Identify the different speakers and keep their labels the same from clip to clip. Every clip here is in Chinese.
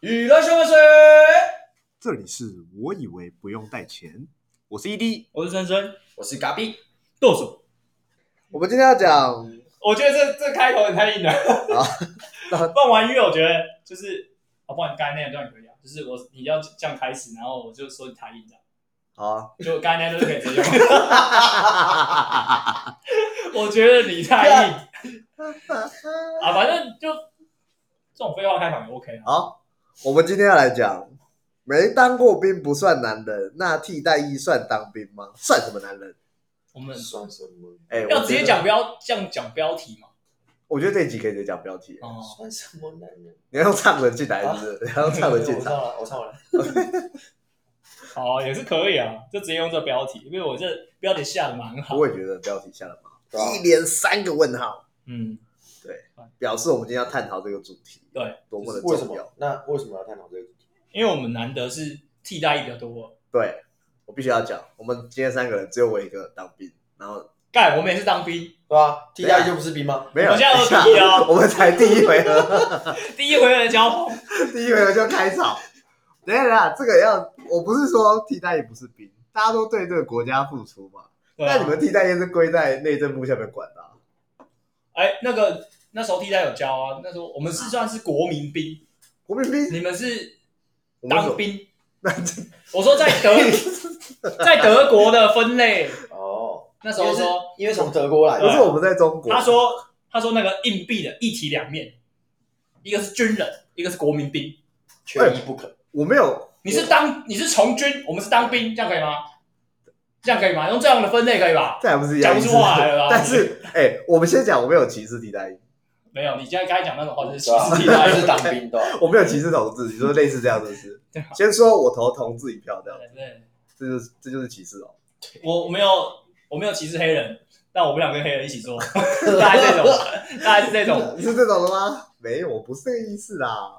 Speaker 1: 娱乐新闻水，
Speaker 2: 这里是我以为不用带钱，我是 E ED。
Speaker 1: 我是森森，
Speaker 3: 我是嘎比，
Speaker 1: 剁手。
Speaker 4: 我们今天要讲，
Speaker 1: 我觉得这这开头也太硬了。
Speaker 4: 那
Speaker 1: 放完音乐，我觉得就是，好，不然刚才那两段也可以啊，就是我你要这样开始，然后我就说你太硬了，
Speaker 4: 好
Speaker 1: 就刚才那段就可以直接用。 我觉得你太硬啊，反正就这种废话开场也 OK 啊。
Speaker 4: 好，我们今天要来讲，没当过兵不算男人，那替代役算当兵吗？算什么男人？
Speaker 1: 我们
Speaker 3: 算什么？
Speaker 4: 哎、
Speaker 1: 要
Speaker 4: 我
Speaker 1: 直接
Speaker 4: 觉得
Speaker 1: 讲，不要这样讲标题嘛。
Speaker 4: 我觉得这一集可以直接讲标题。啊
Speaker 1: 哦，
Speaker 3: 算什么男人？
Speaker 4: 你要用唱人进来是不是？你要用唱人进
Speaker 3: 啊我
Speaker 4: 场。
Speaker 3: 唱了，我唱完了。
Speaker 1: 好啊，也是可以啊，就直接用这标题，因为我这标题下的蛮好。
Speaker 4: 我也觉得标题下的蛮
Speaker 3: 对啊
Speaker 4: 好，一连三个问号，
Speaker 1: 嗯，
Speaker 4: 表示我们今天要探讨这个主题，
Speaker 1: 对，
Speaker 4: 多么的
Speaker 3: 为什
Speaker 4: 重要
Speaker 3: 么。？那为什么要探讨这个主题？
Speaker 1: 因为我们难得是替代役比较多。
Speaker 4: 对，我必须要讲，我们今天三个人只有我一个当兵，然后
Speaker 1: 干，我们也是当兵，
Speaker 3: 对吧？替代
Speaker 4: 对啊
Speaker 3: 役就不是兵吗？
Speaker 4: 没有，
Speaker 1: 我现在都第一哦
Speaker 4: 我们才第一回合。
Speaker 1: 第一回合的交锋。
Speaker 4: 第一回合就开吵。等一下，等一下，这个要我不是说替代役不是兵，大家都对这个国家付出嘛。
Speaker 1: 对啊
Speaker 4: 那你们替代役是归在内政部下面管的啊、
Speaker 1: 哎，那个那时候替代有教啊，那时候我们是算是国民兵，
Speaker 4: 国民兵，
Speaker 1: 你们是
Speaker 4: 我们
Speaker 1: 当
Speaker 4: 所
Speaker 1: 兵。
Speaker 4: 那这
Speaker 1: 我说在德在德国的分类，
Speaker 3: 哦，
Speaker 1: 那时候说
Speaker 3: 因为从德国来
Speaker 4: 不是
Speaker 3: 的，
Speaker 4: 我们在中国，
Speaker 1: 他说他说那个硬币的一体两面，一个是军人，一个是国民兵。
Speaker 3: 缺一不可。
Speaker 4: 我没有，
Speaker 1: 你是当你是从军，我们是当兵，这样可以吗？这样可以吗？用这样的分类可以吧？
Speaker 4: 这还不是一样意思
Speaker 1: 讲不出话来了啦
Speaker 4: 但是，哎、我们先讲，我没有歧视替代役，
Speaker 1: 没有，你现在刚才讲那种话就是歧
Speaker 3: 对啊，
Speaker 1: 视
Speaker 3: 替
Speaker 1: 替代
Speaker 3: 代
Speaker 1: 役
Speaker 3: 役是当兵的。
Speaker 4: 我没有歧视同志，你说类似这样子是
Speaker 1: 对啊？
Speaker 4: 先说我投同志一票这样，
Speaker 1: 对对，
Speaker 4: 这就是这就是歧视哦。
Speaker 1: 我我没有我没有歧视黑人，但我不想跟黑人一 起做，大概是这种，大概是这种。
Speaker 4: 是这种的吗？没有，我不是这个意思啦。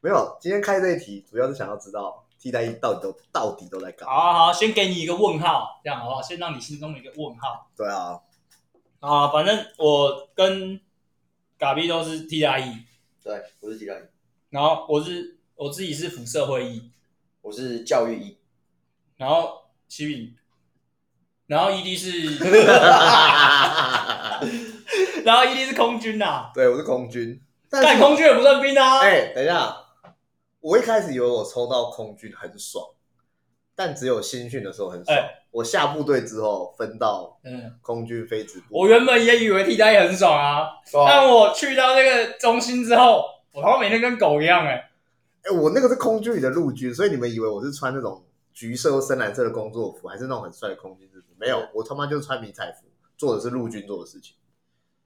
Speaker 4: 没有，今天开这一题主要是想要知道替代役到底都到底都在
Speaker 1: 好
Speaker 4: 搞。
Speaker 1: 啊好好，先给你一个问号，这样好不好？先让你心中有一个问号
Speaker 4: 对啊，
Speaker 1: 啊。反正我跟嘎比都是替代役，
Speaker 3: 对，我是替代役，
Speaker 1: 然后我是我自己是辐射会议，
Speaker 3: 我是教育役。
Speaker 1: 然后西敏，然后 ED 是。 然后一 E 定是空军呐、
Speaker 4: 对，我是空军，
Speaker 1: 啊，
Speaker 4: 但
Speaker 1: 但
Speaker 4: 是
Speaker 1: 空军也不算兵啊。
Speaker 4: 哎、等一下，我一开始以为我抽到空军很爽，但只有新训的时候很爽。
Speaker 1: 哎
Speaker 4: 我下部队之后分到
Speaker 1: 嗯，
Speaker 4: 空军非职部，
Speaker 1: 我原本也以为替代役很爽啊，
Speaker 3: 对啊
Speaker 1: 但我去到那个中心之后，我他妈每天跟狗一样哎、
Speaker 4: 哎、我那个是空军里的陆军，所以你们以为我是穿那种橘色或深蓝色的工作服，还是那种很帅的空军制服？没有，我他妈就是穿迷彩服，做的是陆军做的事情，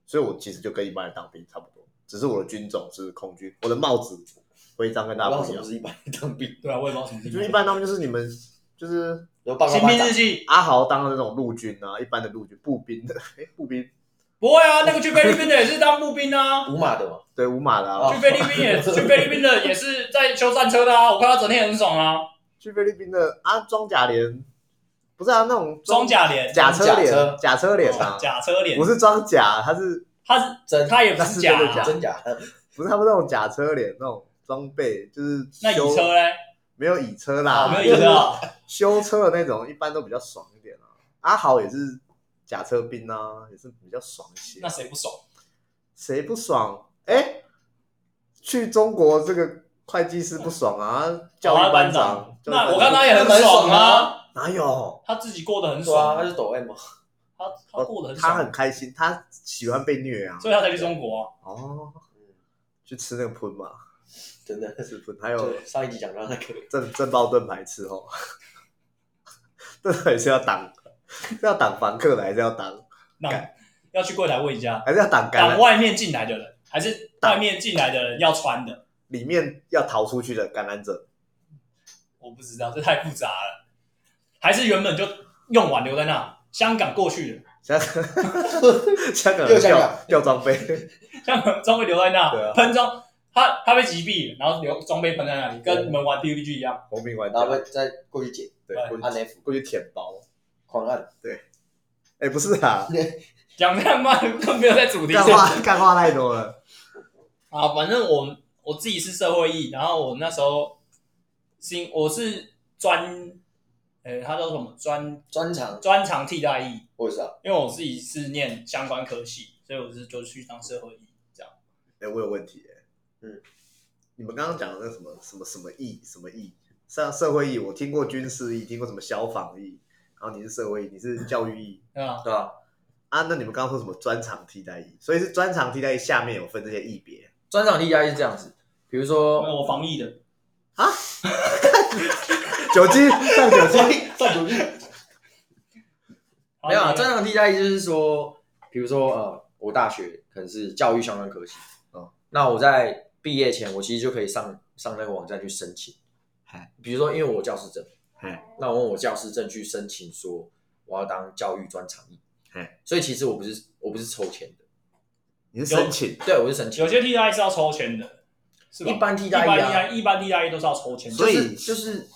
Speaker 4: 所以我其实就跟一般人当兵差不多，只是我的军种是空军，我的帽子徽章跟大
Speaker 3: 不知
Speaker 4: 家
Speaker 3: 道
Speaker 4: 不
Speaker 3: 什
Speaker 4: 一
Speaker 3: 么
Speaker 4: 样，
Speaker 3: 是一般当兵，
Speaker 1: 对啊，我也不知道什么兵
Speaker 4: 就一般他们就是你们就是
Speaker 3: 有报告
Speaker 1: 新
Speaker 3: 班
Speaker 1: 兵
Speaker 3: 长
Speaker 1: 日。记
Speaker 4: 阿豪当的那种陆军啊，一般的陆军步兵的，哎、步兵
Speaker 1: 不会啊，那个去菲律宾的也是当步兵啊，
Speaker 3: 五马的嘛，
Speaker 4: 对五马的啊，
Speaker 3: 哦
Speaker 1: 去菲律宾也去菲律宾的也是在修战车的啊，我看他整天很爽啊，
Speaker 4: 去菲律宾的啊装甲连，不是啊那种
Speaker 1: 装甲连，
Speaker 4: 甲车
Speaker 3: 甲车哦
Speaker 4: 连甲车连啊，
Speaker 1: 甲车连
Speaker 4: 不，是装甲，他是。
Speaker 1: 他是
Speaker 3: 真
Speaker 1: 他也不
Speaker 4: 那是
Speaker 1: 甲、
Speaker 4: 真的
Speaker 1: 啊
Speaker 4: 假，
Speaker 3: 真假？
Speaker 4: 不是他们那种假车脸那种装备，就是
Speaker 1: 那
Speaker 4: 修
Speaker 1: 乙车嘞，
Speaker 4: 没有乙车
Speaker 1: 啊
Speaker 4: 啦，
Speaker 1: 没有乙车啊，
Speaker 4: 修车的那种一般都比较爽一点啊。阿豪也是假车兵啊，也是比较爽一些
Speaker 1: 那。谁不爽？
Speaker 4: 谁不爽？哎、去中国这个会计师不爽啊，教
Speaker 1: 我
Speaker 4: 育
Speaker 1: 要班
Speaker 4: 长。教育班
Speaker 1: 那
Speaker 4: 长
Speaker 1: 我看哦他也很
Speaker 3: 很
Speaker 1: 爽
Speaker 3: 爽
Speaker 1: 啊
Speaker 3: 啊，
Speaker 4: 哪有？
Speaker 1: 他自己过得很
Speaker 3: 对啊，
Speaker 1: 爽
Speaker 3: 他，是抖 M 嘛。
Speaker 1: 他他过得很
Speaker 4: 他
Speaker 1: 爽
Speaker 4: 很，开心，他喜欢被虐啊。
Speaker 1: 所以他才去中国啊。
Speaker 4: 哦，
Speaker 3: 嗯，
Speaker 4: 去吃那个喷嘛，
Speaker 3: 真的。
Speaker 4: 吃喷，还有
Speaker 3: 就上一集讲到那个
Speaker 4: 正正爆盾牌伺候，盾牌是要挡，是要挡房客的，还是要挡，
Speaker 1: 那要去柜台问一下，
Speaker 4: 还是要挡橄
Speaker 1: 挡
Speaker 4: 榄？
Speaker 1: 外面进来的人，还是外面进来的人要穿的？
Speaker 4: 里面要逃出去的橄榄者，
Speaker 1: 我不知道，这太复杂了。还是原本就用完留在那，香港过去的，
Speaker 4: 香港 香港
Speaker 3: 又
Speaker 4: 人
Speaker 3: 香港
Speaker 4: 掉掉装备，
Speaker 1: 香港装备留在那，
Speaker 4: 对啊
Speaker 1: 喷装他他被击毙了，然后留装备喷在那里，跟你们玩 PVG 一样。
Speaker 4: 红兵玩
Speaker 3: 然后
Speaker 4: 家
Speaker 3: 再再过去捡
Speaker 4: 对
Speaker 1: 哎
Speaker 4: 过
Speaker 3: 按
Speaker 4: 去
Speaker 3: F
Speaker 4: 过去舔包。
Speaker 3: 狂按，
Speaker 4: 哎，不是啊，
Speaker 1: 讲这样嘛，更没有在主题
Speaker 4: 干
Speaker 1: 上
Speaker 4: 话干话太多了。
Speaker 1: 啊。反正我我自己是社会艺，然后我那时候是因我是专，呃，他叫什么专
Speaker 3: 专长
Speaker 1: 专长替代役，
Speaker 3: 我也是啊，
Speaker 1: 因为我自己是念相关科系，所以我是就去当社会艺这样。
Speaker 4: 哎、我有问题、哎，
Speaker 3: 嗯，
Speaker 4: 你们刚刚讲的那什么什么什么义什么义，社社会义，我听过军事义，听过什么消防义，然后你是社会义，你是教育义
Speaker 1: 对啊，
Speaker 3: 对啊，
Speaker 4: 啊？那你们刚刚说什么专长替代义？所以是专长替代义下面有分这些义别
Speaker 3: 专长力压是这样子，比如说
Speaker 1: 因为我防疫的，
Speaker 4: 啊？酒精上酒精，
Speaker 3: 算主力。没
Speaker 4: 哦
Speaker 3: 有啊，专长替代役就是说，比如说呃，我大学可能是教育相关科系，哦
Speaker 4: 嗯
Speaker 3: 那我在毕业前，我其实就可以上上那个网站去申请
Speaker 4: 嗨。
Speaker 3: 比如说，因为我有教师证
Speaker 4: 嗨，
Speaker 3: 那我用我教师证去申请说我要当教育专长役
Speaker 4: 嗨，
Speaker 3: 所以其实我不是我不是抽签的，
Speaker 4: 你是申请，
Speaker 3: 对我是申请
Speaker 1: 有，些替代役是要抽签的，是吧？
Speaker 3: 一般替
Speaker 1: 一
Speaker 3: 代
Speaker 1: 般
Speaker 3: 役
Speaker 1: 替
Speaker 3: 啊，
Speaker 1: 代役一般替代役都是要抽签的，
Speaker 4: 所以
Speaker 3: 就是就是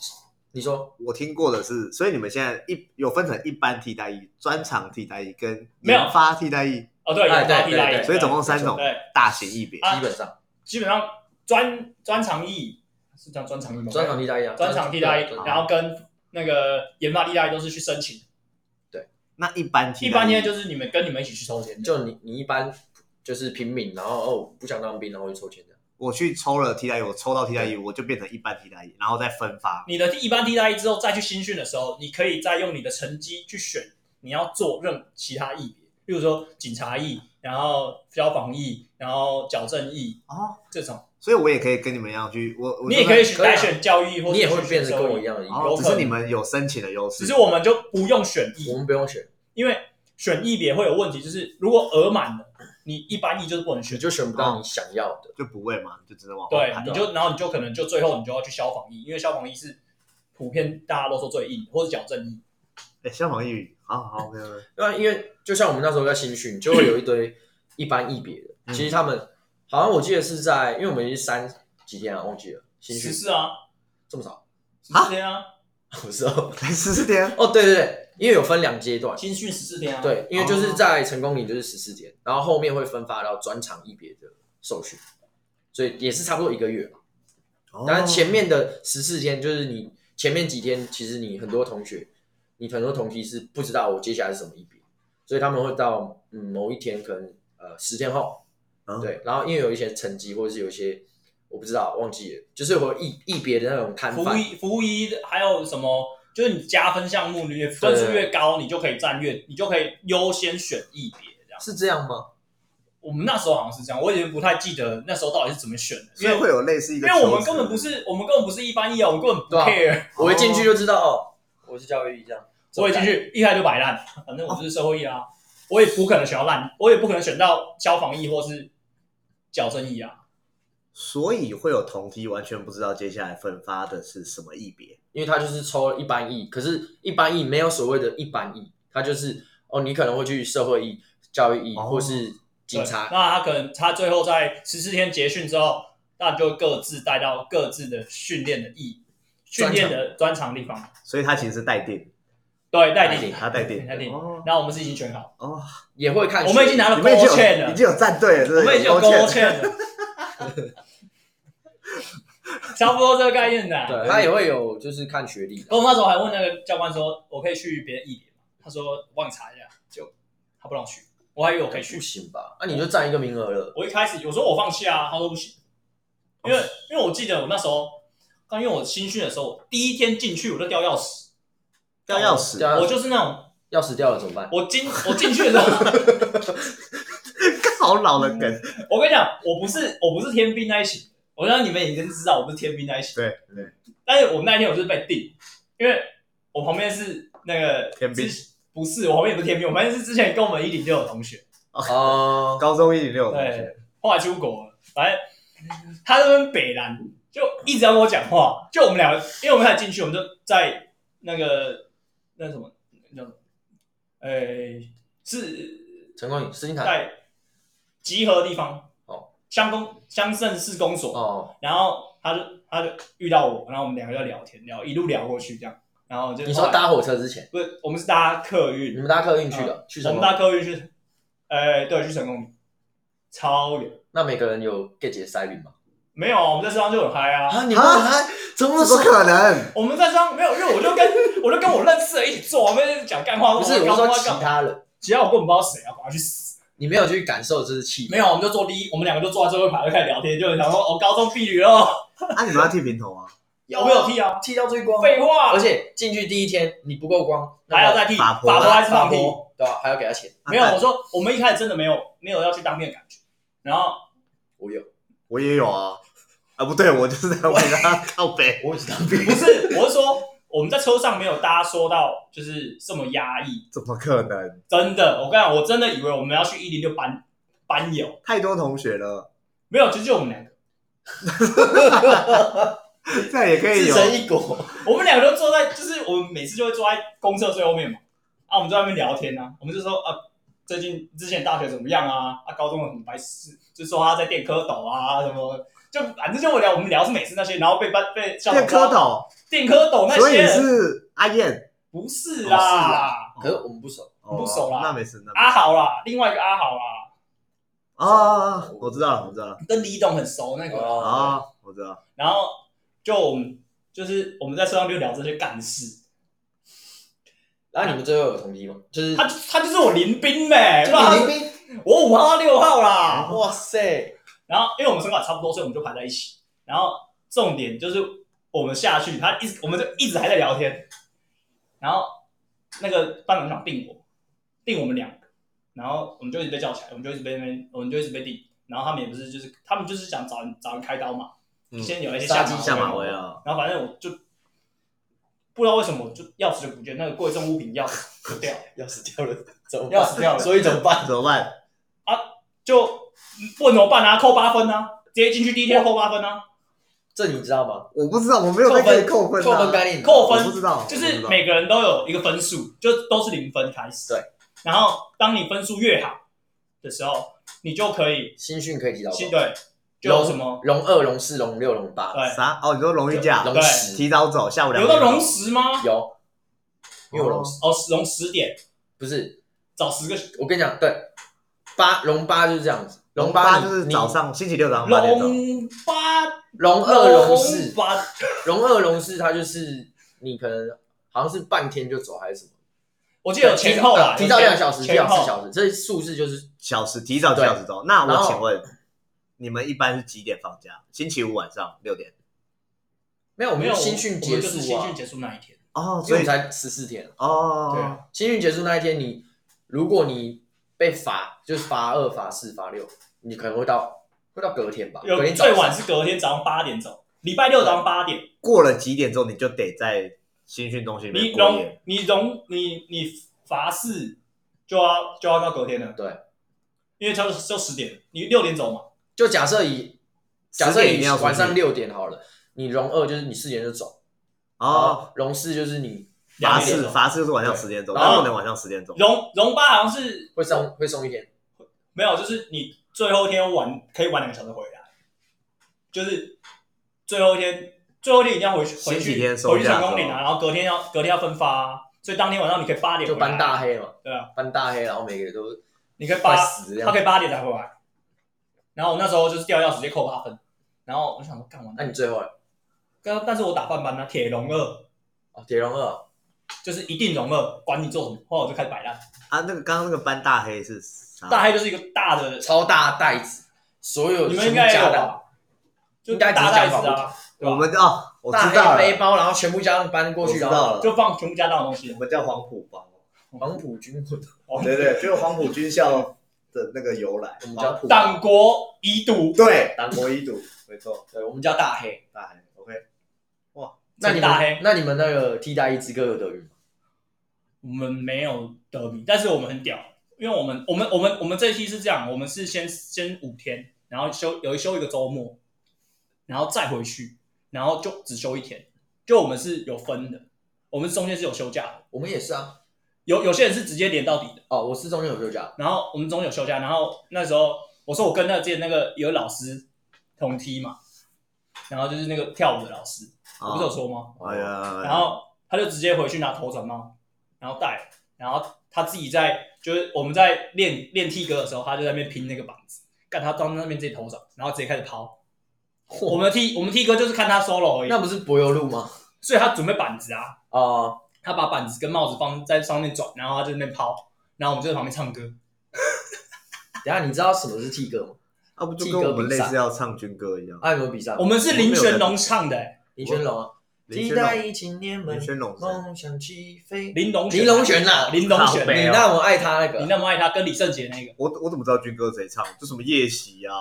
Speaker 3: 你说
Speaker 4: 我听过的是，所以你们现在一有分成一般替代义、专长替代义跟
Speaker 1: 没有
Speaker 4: 研发替代义，
Speaker 1: 哦对，有
Speaker 3: 哎对
Speaker 1: 发替代
Speaker 3: 对
Speaker 1: 役，
Speaker 3: 对
Speaker 4: 所以总共三
Speaker 1: 对
Speaker 4: 种
Speaker 1: 对，
Speaker 4: 大型义别。
Speaker 1: 啊
Speaker 3: 基本上
Speaker 1: 基本上专专长役是叫专长役吗？
Speaker 3: 专长替代役啊，
Speaker 1: 专长替代役
Speaker 3: 对，
Speaker 1: 然后跟那个研发替代役都是去申请的。
Speaker 4: 那一般替代
Speaker 1: 一
Speaker 4: 役
Speaker 1: 般现在就是你们跟你们一起去抽签的，
Speaker 3: 就你你一般就是平民，然后哦不想当兵，然后就抽签的。
Speaker 4: 我去抽了替代役，我抽到替代役，我就变成一般替代役，然后再分发。
Speaker 1: 你的一般替代役之后再去新训的时候，你可以再用你的成绩去选你要做任其他役别，例如说警察役，然后消防役，然后矫正役
Speaker 4: 哦，
Speaker 1: 这种，
Speaker 4: 所以我也可以跟你们一样去，我我
Speaker 1: 你也可以
Speaker 4: 就
Speaker 1: 选
Speaker 3: 可以啊
Speaker 1: 改选教育役，或者
Speaker 3: 你也会
Speaker 1: 去选
Speaker 3: 变成
Speaker 1: 社
Speaker 3: 跟
Speaker 1: 会
Speaker 3: 我
Speaker 1: 役
Speaker 3: 一，样的意
Speaker 4: 是，
Speaker 3: 思，
Speaker 4: 哦，
Speaker 1: 有可
Speaker 4: 只
Speaker 1: 能
Speaker 4: 是你们有申请的优势，
Speaker 1: 只是我们就不用选役
Speaker 3: 我，们不用选，
Speaker 1: 因为选役别会有问题，就是如果额满了，你一般役就是不能
Speaker 3: 你
Speaker 1: 选，
Speaker 3: 就啊选不
Speaker 1: 哦
Speaker 3: 到你想要的。
Speaker 4: 就不会嘛，就只能往后
Speaker 1: 对，
Speaker 4: 排
Speaker 1: 你就然后你就可能就最后你就要去消防役，因为消防役是普遍大家都说最硬，或者矫正役，
Speaker 4: 哎，消防役，好好，没有没有，
Speaker 3: 那因为就像我们那时候在新训，就会有一堆一般一别的。
Speaker 4: 嗯
Speaker 3: 其实他们好像我记得是在，因为我们已经三几天啊，忘记了新
Speaker 1: 十
Speaker 3: 训
Speaker 1: 四啊，
Speaker 3: 这么少，
Speaker 1: 十四天啊，
Speaker 3: 不是哦？
Speaker 4: 十四天，
Speaker 3: 哦，对对对，因为有分两阶段，
Speaker 1: 新训十四天啊，，
Speaker 3: 对，因为就是在成功岭就是十四天，然后后面会分发到专场一别的受训，所以也是差不多一个月吧。
Speaker 4: 哦
Speaker 3: 当然前面的十四天，就是你前面几天，其实你很多同学，你很多同梯是不知道我接下来是什么一笔，所以他们会到嗯某一天，可能呃十天后，
Speaker 4: 嗯
Speaker 3: 对，然后因为有一些成绩或者是有一些我不知道忘记了，就是会有一一别的那种摊
Speaker 1: 服务
Speaker 3: 贩，
Speaker 1: 役服务役还有什么？就是你加分项目，你越分数越高，你就可以占越，你就可以优先选役别这样。
Speaker 3: 是这样吗？
Speaker 1: 我们那时候好像是这样，我已经不太记得那时候到底是怎么选的，
Speaker 4: 所以
Speaker 1: 因为
Speaker 4: 会有类似一
Speaker 1: 因
Speaker 4: 个，
Speaker 1: 为我们根本不，是，我们根本不是一般役啊，我们根本不
Speaker 3: 对啊
Speaker 1: care。
Speaker 4: 哦
Speaker 3: 我一进去就知道哦，我是教育这样，
Speaker 1: 我也进去一开始就摆烂，反正我就是社会役啊，我也不可能选到烂，我也不可能选到消防役或是矫正役啊。
Speaker 4: 所以会有同梯完全不知道接下来分发的是什么役别，
Speaker 3: 因为他就是抽了一般役，可是一般役没有所谓的一般役，他就是哦，你可能会去社会役、教育役、
Speaker 4: 哦
Speaker 3: 或是警
Speaker 1: 对
Speaker 3: 察，
Speaker 1: 那他可能他最后在十四天结训之后，那就各自带到各自的训练的意训练的专长地方，
Speaker 4: 所以他其实是待定，
Speaker 1: 对，带领
Speaker 3: 定
Speaker 4: 他待定，
Speaker 1: 待定
Speaker 4: 哦
Speaker 1: 那我们是已经选好，
Speaker 4: 哦，
Speaker 3: 也会看学。
Speaker 1: 我们已经拿了
Speaker 4: 你们已经
Speaker 1: gold chain
Speaker 4: 有已
Speaker 1: 了，
Speaker 4: 经有战队了，对
Speaker 1: 我
Speaker 4: 不
Speaker 1: 们
Speaker 4: 对？
Speaker 1: 已经有
Speaker 4: gold
Speaker 1: gold
Speaker 4: chain
Speaker 1: chain 了， 差不多这个概念啊的。
Speaker 3: 对，他也会有就是看学历的，
Speaker 1: 我那时候还问那个教官说，我可以去别的异别吗？他说我帮你查一下，就他不让我去，我还以为我可以去
Speaker 3: 不。行吧？啊那、你就占一个名额了。
Speaker 1: 我一开始我说我放弃啊，他说不行，因为因为我记得我那时候，刚因为我新训的时候，我第一天进去我就掉钥匙，
Speaker 4: 掉钥匙
Speaker 3: 掉，钥匙
Speaker 1: 我就是那种
Speaker 3: 钥匙掉了怎么办？
Speaker 1: 我进我进去的时候，
Speaker 4: 好老的梗，
Speaker 1: 我跟你讲，我不是我不是天兵那一型，我让你们已经知道我不是天兵那一型，
Speaker 4: 对对。
Speaker 1: 但是我那一天我就是被定，因为我旁边是那个
Speaker 4: 天兵
Speaker 1: 之，不是我旁边也不是天兵，我旁边是之前跟我们一零六的同学，
Speaker 3: 哦、
Speaker 4: 高中一零六的同学
Speaker 1: 对，后来出国了，反正他那边北南就一直要跟我讲话，就我们两个，因为我们俩进去，我们就在那个那什么那叫什么，呃、是
Speaker 3: 成功岭、斯金塔
Speaker 1: 在集合的地方
Speaker 3: 哦，
Speaker 1: 乡公乡镇市公所，
Speaker 3: 哦，
Speaker 1: 然后他就他就遇到我，然后我们两个就聊天聊，一路聊过去这样，然后就
Speaker 3: 你
Speaker 1: 后
Speaker 3: 说
Speaker 1: 来
Speaker 3: 搭火车之前，
Speaker 1: 不是我们是搭客
Speaker 3: 你
Speaker 1: 运，
Speaker 3: 们搭客运去的，去
Speaker 1: 我
Speaker 3: 成
Speaker 1: 们
Speaker 3: 功
Speaker 1: 啊
Speaker 3: 岭，
Speaker 1: 搭客运去，呃、对，去成功岭，超远。
Speaker 3: 那每个人有 get 塞率吗？
Speaker 1: 没有啊，我们在车上就很嗨啊。
Speaker 3: 啊，你们
Speaker 4: 啊
Speaker 3: 还怎么
Speaker 4: 怎么
Speaker 3: 说？
Speaker 4: 可能？
Speaker 1: 我们在车上没有，因为我就跟 我就跟我认识的一起坐，我们在那边讲干话，
Speaker 3: 不是，我
Speaker 1: 干
Speaker 3: 说
Speaker 1: 话
Speaker 3: 其
Speaker 1: 干嘛？
Speaker 3: 他人，
Speaker 1: 其他我根本不知道谁啊，把他去死。
Speaker 3: 你没有去感受这是气氛。
Speaker 1: 没有，啊我们就坐第一，我们两个就坐在最后一排就开始聊天，就想说我、哦、高中毕业哦，
Speaker 4: 啊，你们要剃平头吗？
Speaker 1: 我没有剃啊，
Speaker 3: 剃到最光啊，
Speaker 1: 废话
Speaker 3: 而，且进去第一天你不够光，那
Speaker 1: 还要
Speaker 3: 个
Speaker 1: 再剃，
Speaker 4: 法
Speaker 1: 法
Speaker 4: 婆
Speaker 1: 婆还是
Speaker 3: 发
Speaker 1: 放屁。
Speaker 3: 波，对吧？还要给他钱，
Speaker 1: 没有，
Speaker 4: 啊
Speaker 1: 我说我们一开始真的没有没有要去当面的感觉，然后
Speaker 3: 我有，
Speaker 4: 我也有啊。啊，不对，我就是在为他靠北。
Speaker 3: 我也是当兵
Speaker 1: 不是，我是说我们在车上没有大家说到就是这么压抑，
Speaker 4: 怎么可能？
Speaker 1: 真的，我跟你讲，我真的以为我们要去一零六班班友，
Speaker 4: 太多同学了，
Speaker 1: 没有，就就我们两个，
Speaker 4: 这样也可以
Speaker 3: 自
Speaker 4: 有。
Speaker 3: 成一国。
Speaker 1: 我们两个都坐在，就是我们每次就会坐在公厕最后面嘛，啊，我们在外面聊天啊，我们就说啊，最近之前大学怎么样啊？啊，高中有什么白痴，就说他在电科斗啊什么。就反正就我聊，我们聊是每次那些，然后被班被校
Speaker 4: 这
Speaker 1: 长
Speaker 4: 蝌
Speaker 1: 抓
Speaker 4: 蚪，
Speaker 1: 电科斗那
Speaker 4: 所以
Speaker 1: 些
Speaker 4: 你
Speaker 1: 人，
Speaker 4: 是阿燕，
Speaker 1: 不是
Speaker 3: 哦是
Speaker 1: 啊啦，
Speaker 3: 可是我们不熟，
Speaker 4: 哦
Speaker 1: 不熟啦
Speaker 4: 那没事，那没事
Speaker 1: 阿豪啦，另外一个阿豪啦，啊
Speaker 4: 哦哦，哦我知道了，我知道了。
Speaker 1: 跟李董很熟那个。
Speaker 3: 哦
Speaker 4: 啊，我知道。
Speaker 1: 然后就我们就是我们在车上就聊这些干事，
Speaker 3: 然后啊你们最后有同梯吗？就是
Speaker 1: 他就他就是我林兵呗，不然
Speaker 3: 就你兵，
Speaker 1: 我五号到六号啦。
Speaker 3: 啊哇塞，
Speaker 1: 然后因为我们身高差不多，所以我们就排在一起。然后重点就是我们下去，他一直我们就一直还在聊天。然后那个班长想定我，定我们两个，然后我们就一直被叫起来，我们就一直被那边，我们就一直被定。然后他们也不是就是他们就是想找人找人开刀嘛，
Speaker 4: 嗯
Speaker 1: 就先有一些
Speaker 3: 杀
Speaker 1: 下
Speaker 3: 鸡
Speaker 1: 马
Speaker 4: 下马
Speaker 1: 威
Speaker 4: 威
Speaker 1: 嘛
Speaker 4: 啊，
Speaker 1: 然后反正我就不知道为什么，我就钥匙就不见，那个贵重物品钥匙就掉，
Speaker 3: 要死掉了，怎么
Speaker 1: 钥
Speaker 3: 办？
Speaker 1: 匙掉了，
Speaker 3: 所以怎么办？
Speaker 4: 怎么办？
Speaker 1: 就不能怎么办啊？扣八分啊！直接进去第一天扣八分啊！
Speaker 3: 这你知道吗？
Speaker 4: 我不知道，我没有
Speaker 3: 扣
Speaker 4: 在
Speaker 3: 分
Speaker 4: 跟你扣分啊，
Speaker 3: 扣分概念，
Speaker 1: 扣
Speaker 4: 我
Speaker 1: 分
Speaker 4: 不知
Speaker 3: 哦
Speaker 4: 道，
Speaker 1: 就
Speaker 4: 我不
Speaker 1: 是
Speaker 4: 知道
Speaker 1: 每个人都有一个分数，就都是零分开始。
Speaker 3: 对。
Speaker 1: 然后当你分数越好的时候，你就可以
Speaker 3: 新训可以提到
Speaker 1: 新对，就有什么
Speaker 3: 龙二、龙四、龙六、龙八、
Speaker 1: 对，
Speaker 4: 啥？哦，你说荣誉价，
Speaker 3: 龙十
Speaker 4: 提早走，下午两
Speaker 1: 有
Speaker 4: 点
Speaker 1: 到龙十吗？
Speaker 3: 有，因为我龙十
Speaker 1: 哦，十龙十点
Speaker 3: 不是，
Speaker 1: 找十个
Speaker 3: 我跟你讲，对，八龙八就是这样子，
Speaker 4: 龙
Speaker 3: 八
Speaker 4: 八
Speaker 3: 你
Speaker 4: 就是
Speaker 3: 你
Speaker 4: 早上星期六早上八点钟，
Speaker 1: 龙八
Speaker 3: 龙二、龙四
Speaker 1: 龙、八
Speaker 3: 龙二、龙四，它就是你可能好像是半天就走还是什么，
Speaker 1: 我记得有前后啦，
Speaker 3: 提早
Speaker 1: 有前
Speaker 3: 两小时，提
Speaker 1: 前
Speaker 3: 早
Speaker 1: 后
Speaker 3: 四小时，这数字就是
Speaker 4: 小时提早几
Speaker 3: 对
Speaker 4: 小时走。那
Speaker 3: 然后
Speaker 4: 我请
Speaker 1: 哦
Speaker 4: 问，你们一般是几点放假？星期五晚上六点
Speaker 3: 没有我
Speaker 1: 没
Speaker 3: 们
Speaker 1: 有
Speaker 3: 新训
Speaker 1: 我
Speaker 3: 结
Speaker 1: 们就是
Speaker 3: 束
Speaker 1: 新
Speaker 3: 啊
Speaker 1: 训，结束那一天，
Speaker 4: 哦，
Speaker 3: 所
Speaker 4: 所
Speaker 3: 以
Speaker 4: 以
Speaker 3: 才十四天啊。
Speaker 1: 对
Speaker 4: 哦
Speaker 1: 啊，
Speaker 3: 新训结束那一天，你如果你被罚，就是罚二、罚四、罚六，你可能会到会到隔天吧，
Speaker 1: 有
Speaker 3: 隔天早
Speaker 1: 最
Speaker 3: 上
Speaker 1: 晚是隔天早上八点走，礼拜六早上八点。
Speaker 4: 过了几点之后你就得在新训中心里
Speaker 1: 你
Speaker 4: 面过夜
Speaker 1: 容。你容你你罚四就要就要到隔天了，
Speaker 3: 对，
Speaker 1: 因为他就就十点，你六点走嘛，
Speaker 3: 就假设以假设
Speaker 4: 10点一
Speaker 3: 以
Speaker 4: 定要出去
Speaker 3: 晚上六点好了，你荣二就是你四点就走，然
Speaker 4: 哦，
Speaker 3: 后荣四就是你
Speaker 4: 罚
Speaker 1: 两
Speaker 3: 点
Speaker 1: 点
Speaker 4: 四
Speaker 1: 走。
Speaker 4: 罚四就是晚上
Speaker 3: 对
Speaker 4: 十点钟，
Speaker 1: 然后
Speaker 4: 但不能晚上十点钟。
Speaker 1: 容容八好像是
Speaker 3: 会送会送一天，
Speaker 1: 没有，就是你最后一天晚可以晚两个小时回来，就是最后一天最后一天一定要回去回
Speaker 4: 星期
Speaker 1: 去
Speaker 4: 天收
Speaker 1: 回去
Speaker 4: 假
Speaker 1: 成
Speaker 4: 的
Speaker 1: 功岭
Speaker 4: 时
Speaker 1: 啊，
Speaker 4: 候
Speaker 1: 然后隔天要隔天要分发啊、所以当天晚上你可以八点
Speaker 3: 就
Speaker 1: 回来
Speaker 3: 搬大，黑嘛，
Speaker 1: 对啊，
Speaker 3: 搬大黑，然后每个人都
Speaker 1: 你可以
Speaker 3: 快
Speaker 1: 八
Speaker 3: 死这
Speaker 1: 他
Speaker 3: 样
Speaker 1: 可。以八点才回来，然后我那时候就是掉钥匙直接扣八分，然后我就想说干完
Speaker 3: 那你最后嘞
Speaker 1: 但但是我打半班啊，铁笼二
Speaker 3: 哦，铁荣二
Speaker 1: 就是一定容二，管你做什么，后来我就开始摆烂。
Speaker 4: 啊，那个刚刚那个班大黑是啥？
Speaker 1: 大黑就是一个大的，
Speaker 3: 超大袋子，所有
Speaker 1: 你们
Speaker 3: 全
Speaker 1: 应
Speaker 3: 部
Speaker 1: 该也
Speaker 3: 加
Speaker 1: 有
Speaker 3: 到
Speaker 1: 吧？就大袋子啊，对
Speaker 4: 我
Speaker 1: 吧？
Speaker 4: 们哦，我
Speaker 3: 大
Speaker 4: 知
Speaker 3: 黑
Speaker 4: 道了，
Speaker 3: 背包，然后全部加上搬过
Speaker 4: 我
Speaker 3: 去，
Speaker 4: 知
Speaker 3: 然后
Speaker 4: 道了，
Speaker 1: 就放全部加到的东西
Speaker 4: 我。们叫黄埔帮。哦
Speaker 3: 黄埔军混，
Speaker 4: 对对，就是黄埔军校的那个由来
Speaker 3: 我们叫
Speaker 1: 党国遗毒，
Speaker 4: 对，党国一堵，没错，
Speaker 3: 对，我们叫大黑。
Speaker 4: 大黑，OK。
Speaker 3: 那你
Speaker 1: 大黑
Speaker 3: 们那你们那个替代役之歌有德语吗？
Speaker 1: 我们没有得名，但是我们很屌，因为我们我们我们我们这一期是这样，我们是先先五天，然后休有一休一个周末，然后再回去，然后就只休一天，就我们是有分的，我们中间是有休假的，
Speaker 3: 我们也是啊。
Speaker 1: 有有些人是直接连到底的。
Speaker 3: 哦，我是中间有休假，
Speaker 1: 然后我们中间有休假，然后那时候我说我跟那之前那个有老师同梯嘛，然后就是那个跳舞的老师，
Speaker 3: 哦
Speaker 1: 我不是有说吗？
Speaker 4: 哎呀，
Speaker 1: 然后他就直接回去拿头转帽，然后戴，然后他自己在就是我们在练练踢歌的时候，他就在那边拼那个板子，干他当那边自己头转，然后直接开始抛，我们的 T 我们 T 哥就是看他 solo 而已
Speaker 3: 那，不是柏油路吗？
Speaker 1: 所以他准备板子啊，
Speaker 3: 啊，
Speaker 1: 他把板子跟帽子放在上面转，然后他在那边抛，然后我们就在旁边唱歌。
Speaker 3: 等一下你知道什么是 T 歌吗？
Speaker 4: 啊，不就跟我们类似要唱军歌一样？
Speaker 3: 啊，有没有比赛？
Speaker 1: 我们是林玄龙唱的、欸，
Speaker 3: 林轩龙啊，
Speaker 4: 林
Speaker 3: 期
Speaker 4: 轩
Speaker 3: 待
Speaker 4: 龙，
Speaker 3: 一青年们
Speaker 4: 林轩龙是，
Speaker 3: 梦想起飞。
Speaker 1: 林龙啊
Speaker 3: 林龙啊璇呐，
Speaker 1: 林龙
Speaker 4: 靠哦北
Speaker 1: 璇，
Speaker 3: 你那么爱他那
Speaker 1: 你
Speaker 3: 个，
Speaker 1: 那么爱他，跟李圣杰那个，
Speaker 4: 我我怎么知道军歌谁唱？就什么夜袭啊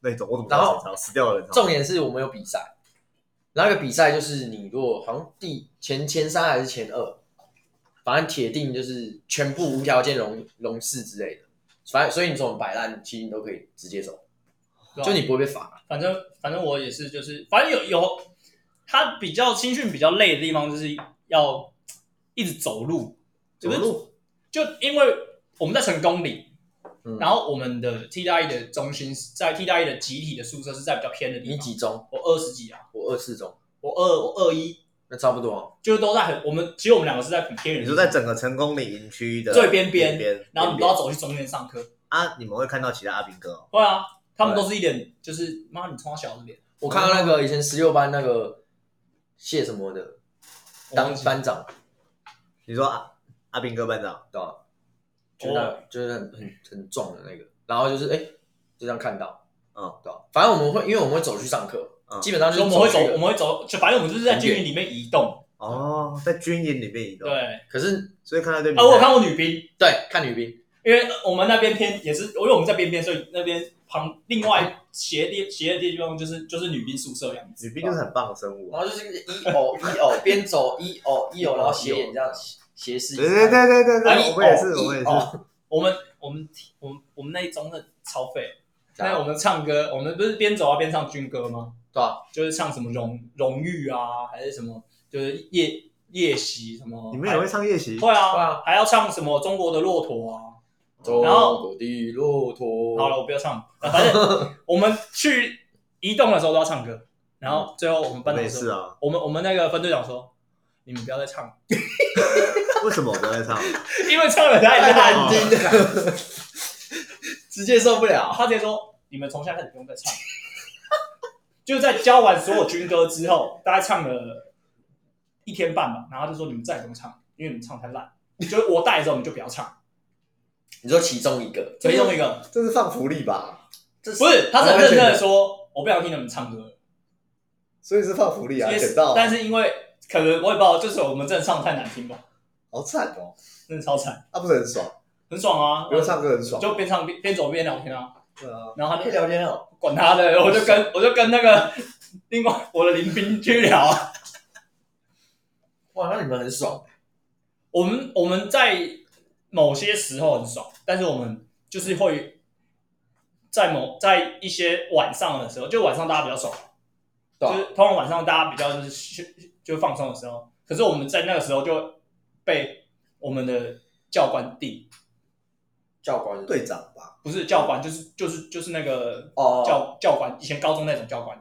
Speaker 4: 那种，我怎么知
Speaker 3: 然
Speaker 4: 道
Speaker 3: 后
Speaker 4: 谁唱？死掉的人唱
Speaker 3: 重。点是我们有比赛，然后那个比赛就是你如果好像第前前三还是前二，反正铁定就是全部无条件容容视之类的，反正所以你这种摆烂，其实你都可以直接走，
Speaker 1: 对吧啊
Speaker 3: 就你不会被罚。
Speaker 1: 反正反正我也是，就是反正有有他比较新训比较累的地方，就是要一直走路，
Speaker 4: 走路
Speaker 1: 就因为我们在成功里，
Speaker 3: 嗯
Speaker 1: 然后我们的 T 大一的中心是在 T 大一的集体的宿舍是在比较偏的地
Speaker 3: 你
Speaker 1: 方，
Speaker 3: 几中？
Speaker 1: 我二十几啊，
Speaker 3: 我二四中，
Speaker 1: 我二我二一，
Speaker 3: 那差不多啊。
Speaker 1: 就是都在很我们其实我们两个是在很偏远
Speaker 4: 你
Speaker 1: 的
Speaker 4: 说
Speaker 1: 地方，
Speaker 4: 在整个成功里营区的
Speaker 1: 最边边
Speaker 4: 边，
Speaker 1: 然后你
Speaker 4: 边边
Speaker 1: 都要走去中间上课，
Speaker 4: 啊，你们会看到其他阿兵哥哦。
Speaker 1: 会啊，他们都是一脸就是妈你从小的脸，
Speaker 3: 我看到那
Speaker 1: 哦
Speaker 3: 个以前十六班那个谢什么的当班长，
Speaker 4: 你说阿阿兵哥班长，
Speaker 3: 对吧？就那、就是很很很壮的那个，然后就是哎、就这样看到，
Speaker 4: 嗯，
Speaker 3: 对吧？反正我们会，因为我们会走去上课，
Speaker 4: 嗯
Speaker 3: 基本上
Speaker 1: 所
Speaker 3: 就
Speaker 1: 以
Speaker 3: 是
Speaker 1: 我们会
Speaker 3: 去
Speaker 1: 走
Speaker 3: 的
Speaker 1: 我们会走，就反正我们就是在
Speaker 3: 很
Speaker 1: 军
Speaker 3: 远
Speaker 1: 营里面移动，
Speaker 4: 哦，在军营里面移动，
Speaker 1: 对，，
Speaker 3: 可是
Speaker 4: 所以看到对面。
Speaker 1: 啊，我有看过女兵。
Speaker 3: 对看女兵，
Speaker 1: 因为我们那边偏也是，因为我们在边边，所以那边旁另外斜列斜列地方就是就是女兵宿舍样子。
Speaker 4: 女兵就是很棒的生物
Speaker 3: 然
Speaker 4: 啊。
Speaker 3: 后就是一偶一偶边走一偶一偶，啊然后斜眼这样斜视，
Speaker 4: 对对对对对
Speaker 1: 哎
Speaker 4: 对，我也是，
Speaker 3: 哦
Speaker 4: 我也
Speaker 3: 一
Speaker 4: 是。
Speaker 3: 偶
Speaker 1: 我们我们我们我们那一中的超废，
Speaker 3: 这
Speaker 1: 那
Speaker 3: 样
Speaker 1: 我们唱歌，我们不是边走啊边唱军歌吗？
Speaker 3: 对啊吧？
Speaker 1: 就是唱什么荣荣誉啊，还是什么，就是夜夜袭什么。
Speaker 4: 你们也会唱夜袭
Speaker 1: 还？会啊？
Speaker 3: 会啊
Speaker 1: 还要唱什么中国的骆驼啊？
Speaker 3: 中
Speaker 1: 然后
Speaker 3: 国的骆驼，
Speaker 1: 好了，，我不要唱，啊反正我们去移动的时候都要唱歌，然后最后我们
Speaker 4: 我
Speaker 1: 班
Speaker 4: 们
Speaker 1: 长
Speaker 4: 也
Speaker 1: 说
Speaker 4: 是，啊。
Speaker 1: 我们我们那个分队长说，你们不要再唱了。
Speaker 4: 为什么我不会唱？
Speaker 1: 因为唱的太
Speaker 3: 太
Speaker 1: 烂
Speaker 3: 难
Speaker 1: 了，
Speaker 3: 听了，直接受不了。
Speaker 1: 他直接说你们从现在开始不用再唱， 就是在教完所有军歌之后，大概唱了一天半吧，然后他就说你们再也不用唱，因为你们唱太烂， 就是我带的时候你们就不要唱，
Speaker 3: 你说其中一个，
Speaker 1: 所以用一个
Speaker 4: 这是放福利吧？
Speaker 3: 这
Speaker 1: 不是，他是很认真的说我不想听你们唱歌，
Speaker 4: 所以是放福利
Speaker 1: 因
Speaker 4: 啊，
Speaker 1: 为
Speaker 4: 捡到啊，
Speaker 1: 但是因为可能我也不知道，就是我们真的唱得太难听吧，
Speaker 4: 好惨哦。
Speaker 1: 真的超惨，
Speaker 4: 啊，不是很爽，
Speaker 1: 很爽啊
Speaker 4: 不，用唱歌很爽。
Speaker 1: 就边唱边边走边聊天啊，
Speaker 4: 对啊，
Speaker 1: 然后他
Speaker 3: 可以
Speaker 1: 就
Speaker 3: 聊天哦。
Speaker 1: 管他的，我就跟我就跟那个另外我的林斌去聊啊。
Speaker 3: 哇，那你们很爽，
Speaker 1: 我们我们在某些时候很爽，但是我们就是会在某在一些晚上的时候，就晚上大家比较爽，
Speaker 3: 对啊
Speaker 1: 就
Speaker 3: 吧
Speaker 1: 是通常晚上大家比较就是休就放松的时候。可是我们在那个时候就被我们的教官定，
Speaker 3: 教官
Speaker 4: 队长吧，
Speaker 1: 不是教官，就是就是就是那个
Speaker 3: 哦，
Speaker 1: 教教官，以前高中那种教官，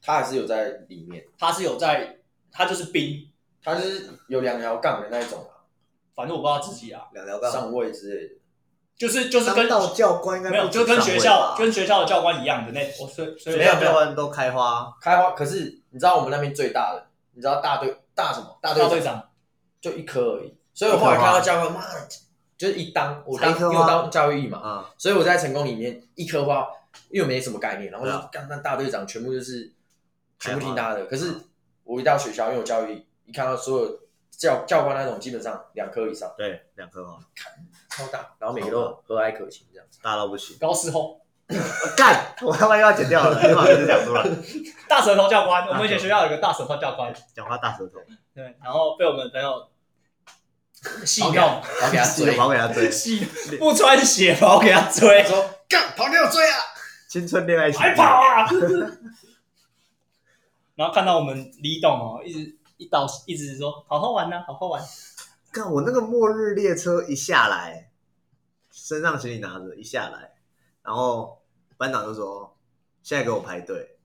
Speaker 3: 他还是有在里面，
Speaker 1: 他是有在，他就是兵，
Speaker 3: 他就是有两条杠的那一种啊，
Speaker 1: 反正我不知道自己啊，
Speaker 4: 两条杠。
Speaker 3: 上位之类的。
Speaker 1: 就是就是跟
Speaker 4: 当到教官应该
Speaker 1: 没有，
Speaker 4: 不止
Speaker 1: 就跟
Speaker 4: 上
Speaker 1: 学
Speaker 4: 尉
Speaker 1: 校
Speaker 4: 吧
Speaker 1: 跟学校的教官一样的那，我所以所以
Speaker 4: 学校教官都开花，
Speaker 3: 开花，可是你知道我们那边最大的，你知道大队大什么？大队
Speaker 1: 大
Speaker 3: 长
Speaker 1: 队长
Speaker 3: 就一颗而已。所以我后来看到教官，妈的，就是一当我当
Speaker 4: 才一颗
Speaker 3: 因
Speaker 4: 吗
Speaker 3: 为我当教育役嘛，
Speaker 4: 啊，
Speaker 3: 所以我在成功里面一颗花，因为我没什么概念，然后就
Speaker 4: 对啊
Speaker 3: 干那大队长全部就是
Speaker 4: 开
Speaker 3: 全
Speaker 4: 花
Speaker 3: 部听他的。可是我一到学校，因为我教育一看到所有教教官那种，基本上两颗以上，
Speaker 4: 对，两颗花，
Speaker 3: 超大，然后每个都和蔼可亲这样子。
Speaker 4: 大到不行。
Speaker 1: 高士后
Speaker 4: 干，我他妈又要剪掉了，你把名字讲出来。
Speaker 1: 大舌头教官，我们以前学校有一个大舌头教官，
Speaker 4: 讲话大舌头，
Speaker 1: 对，然后被我们朋友戏
Speaker 3: 跑给
Speaker 1: 弄
Speaker 3: 他，跑给他
Speaker 4: 记得
Speaker 3: 追，
Speaker 4: 跑给他追。
Speaker 1: 戏不穿鞋跑给他追
Speaker 3: 他，说干跑给我追啊！
Speaker 4: 青春恋爱情，
Speaker 1: 还跑啊！ 然后看到我们李董哦，一直一到一直说好好玩呐、好好玩。
Speaker 4: 干，我那个末日列车一下来，身上行李拿着一下来，然后班长就说：“现在给我排队。”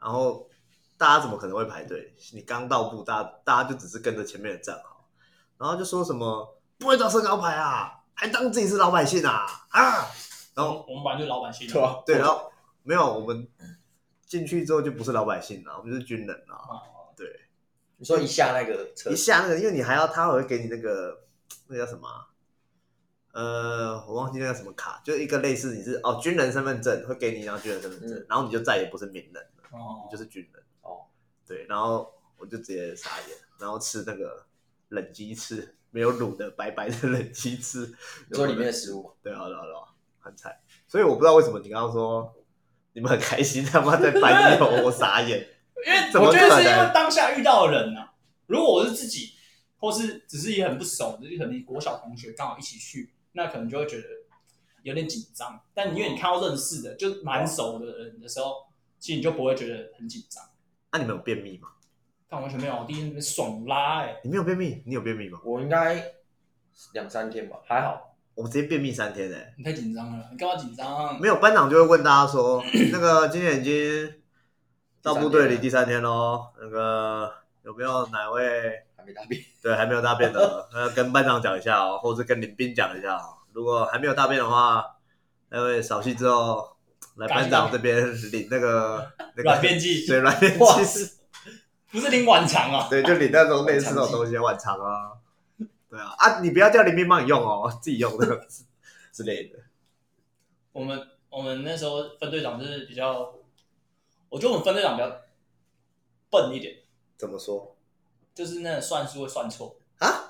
Speaker 4: 然后大家怎么可能会排队？你刚到部，大大家就只是跟着前面的站好，然后就说什么不会找社高牌啊，还当自己是老百姓啊啊！然后
Speaker 1: 我们本来就是老板心，
Speaker 3: 对吧？啊
Speaker 4: 对，然后没有我们进去之后就不是老百姓了，我们是军人啊。
Speaker 1: 哦
Speaker 4: 对，
Speaker 3: 你说一下那个车
Speaker 4: 一，下那个，因为你还要他会给你那个那个叫什么啊、呃，我忘记那叫什么卡，就一个类似你是哦军人身份证，会给你一张军人身份证，
Speaker 3: 嗯
Speaker 4: 然后你就再也不是民人了，
Speaker 1: 哦
Speaker 4: 你就是军人。
Speaker 3: 哦，
Speaker 4: 对，然后我就直接傻眼，然后吃那个冷鸡翅，没有卤的白白的冷鸡翅，
Speaker 3: 你说里面的食物，
Speaker 4: 对啊，对啊，对啊，很惨。所以我不知道为什么你刚刚说你们很开心，他妈在 翻译我，我傻眼。
Speaker 1: 因为
Speaker 4: 怎
Speaker 1: 我
Speaker 4: 么
Speaker 1: 觉得
Speaker 4: 可
Speaker 1: 是因
Speaker 4: 能
Speaker 1: 为当下遇到的人呐、如果我是自己，或是只是也很不熟的，就可能国小同学刚好一起去，那可能就会觉得有点紧张。但因为你看到认识的，就蛮熟的人的时候，其实你就不会觉得很紧张。
Speaker 4: 啊那、你们有便秘吗？
Speaker 1: 但完全没有，我第一天在那边爽拉哎、欸，
Speaker 4: 你没有便秘，你有便秘吗？
Speaker 3: 我应该两三天吧，还好。
Speaker 4: 我直接便秘三天嘞、欸
Speaker 1: 你太紧张了，你干嘛紧张？啊
Speaker 4: 没有，班长就会问大家说， 那个今天已经到部队里第三天喽，那个有没有哪位
Speaker 3: 还没大便，
Speaker 4: 对还没有大便的，那跟班长讲一下哦，或者跟林斌讲一下哦。如果还没有大便的话，那位扫戏之后来班长这边领那个那
Speaker 1: 软
Speaker 4: 个
Speaker 1: 便 剂
Speaker 4: 对软便
Speaker 3: 哇
Speaker 4: 其实
Speaker 1: 不是领晚肠啊，
Speaker 4: 对，就领那种类似这种东西，晚肠啊，对啊啊，你不要叫林斌帮你用哦，自己用的 之类的。
Speaker 1: 我们我们那时候分队长就是比较，我觉得我们分队长比较笨一点，
Speaker 4: 怎么说
Speaker 1: 就是那个算数会算错。
Speaker 4: 啊？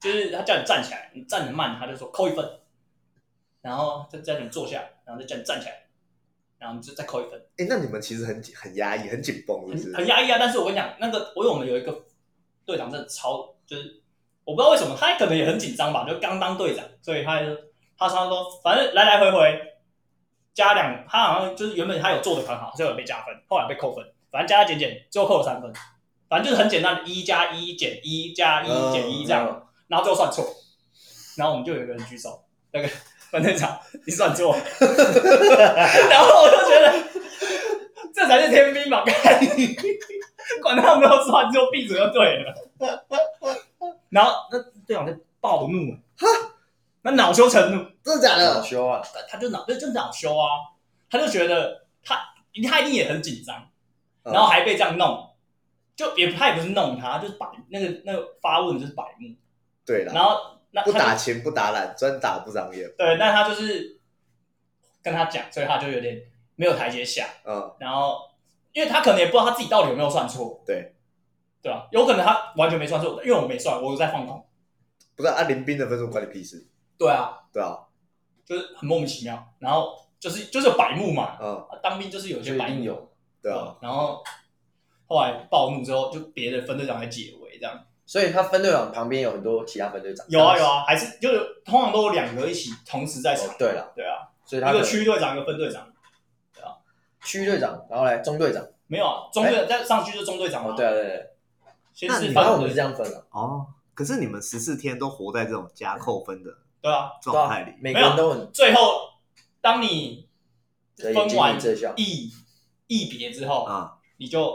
Speaker 1: 就是他叫你站起来，你站得慢，他就说扣一分，然后再叫你坐下，然后再叫你站起来，然后你就再扣一分，
Speaker 4: 哎、那你们其实很紧很压抑，很紧绷，是不
Speaker 1: 很
Speaker 4: 是？
Speaker 1: 很压抑啊。但是我跟你讲，那个我因为我们有一个队长真的超，就是我不知道为什么他可能也很紧张吧，就刚当队长，所以他就他常常说，反正来来回回加两，他好像就是原本他有做的很好，所以有被加分，后来被扣分，反正加加减减，最后扣了三分，反正就是很简单的，一加一减一加一减一这样。
Speaker 3: 嗯
Speaker 1: 然后最后算错，然后我们就有一个人举手，那个 分队长你算错，然后我就觉得这才是天兵嘛，干你 管他有没有算错，闭嘴就对了。然后那队长就暴怒，哈，那恼羞成怒，
Speaker 4: 真的假
Speaker 3: 恼
Speaker 4: 的？
Speaker 3: 羞啊，
Speaker 1: 他就恼，就真的恼羞啊，他就觉得他他一定也很紧张，
Speaker 3: 嗯
Speaker 1: 然后还被这样弄，就也他也不是弄他，就是摆那个那个发问就是摆目，
Speaker 4: 对啦，
Speaker 1: 然后那
Speaker 4: 不
Speaker 1: 他就
Speaker 4: 打情不打懒，专打不长眼。
Speaker 1: 对，那他就是跟他讲，所以他就有点没有台阶下。
Speaker 4: 嗯，
Speaker 1: 然后，因为他可能也不知道他自己到底有没有算错，
Speaker 4: 对
Speaker 1: 对吧、有可能他完全没算错，因为我没算，我在放空。
Speaker 4: 不是啊，林斌的分数关你屁事，
Speaker 1: 对啊，
Speaker 4: 对啊，
Speaker 1: 就是很莫名其妙。然后就是就是有白目嘛，
Speaker 4: 嗯，
Speaker 1: 啊当兵就是有一些
Speaker 3: 就一
Speaker 1: 白
Speaker 3: 定
Speaker 1: 目，
Speaker 3: 有。
Speaker 4: 对啊，
Speaker 1: 然后后来暴怒之后，就别的分队长来解围，这样
Speaker 3: 所以他分队长旁边有很多其他分队长。
Speaker 1: 有啊有啊，还是就是通常都有两个一起同时在场
Speaker 3: 哦。对了，
Speaker 1: 对啊，
Speaker 3: 所以他
Speaker 1: 一个
Speaker 3: 可能
Speaker 1: 区队长，一个分队长。
Speaker 3: 区队长，然后来中队长。
Speaker 1: 没有
Speaker 4: 哎
Speaker 1: 啊，中队再上去就中队长
Speaker 3: 哦
Speaker 1: 了。，
Speaker 3: 对啊对啊对啊，
Speaker 1: 先
Speaker 4: 那
Speaker 1: 是
Speaker 4: 你
Speaker 3: 反正
Speaker 1: 反
Speaker 3: 我们是这样分了，
Speaker 2: 哦，
Speaker 4: 可是你们十四天都活在这种加扣分的
Speaker 1: 对啊，
Speaker 3: 对
Speaker 4: 状态
Speaker 3: 啊
Speaker 4: 里，，
Speaker 3: 每个人都很
Speaker 1: 最后当你
Speaker 3: 对
Speaker 1: 分
Speaker 3: 经
Speaker 1: 完
Speaker 3: 历这项
Speaker 1: 一一别之后，
Speaker 4: 啊、
Speaker 1: 你就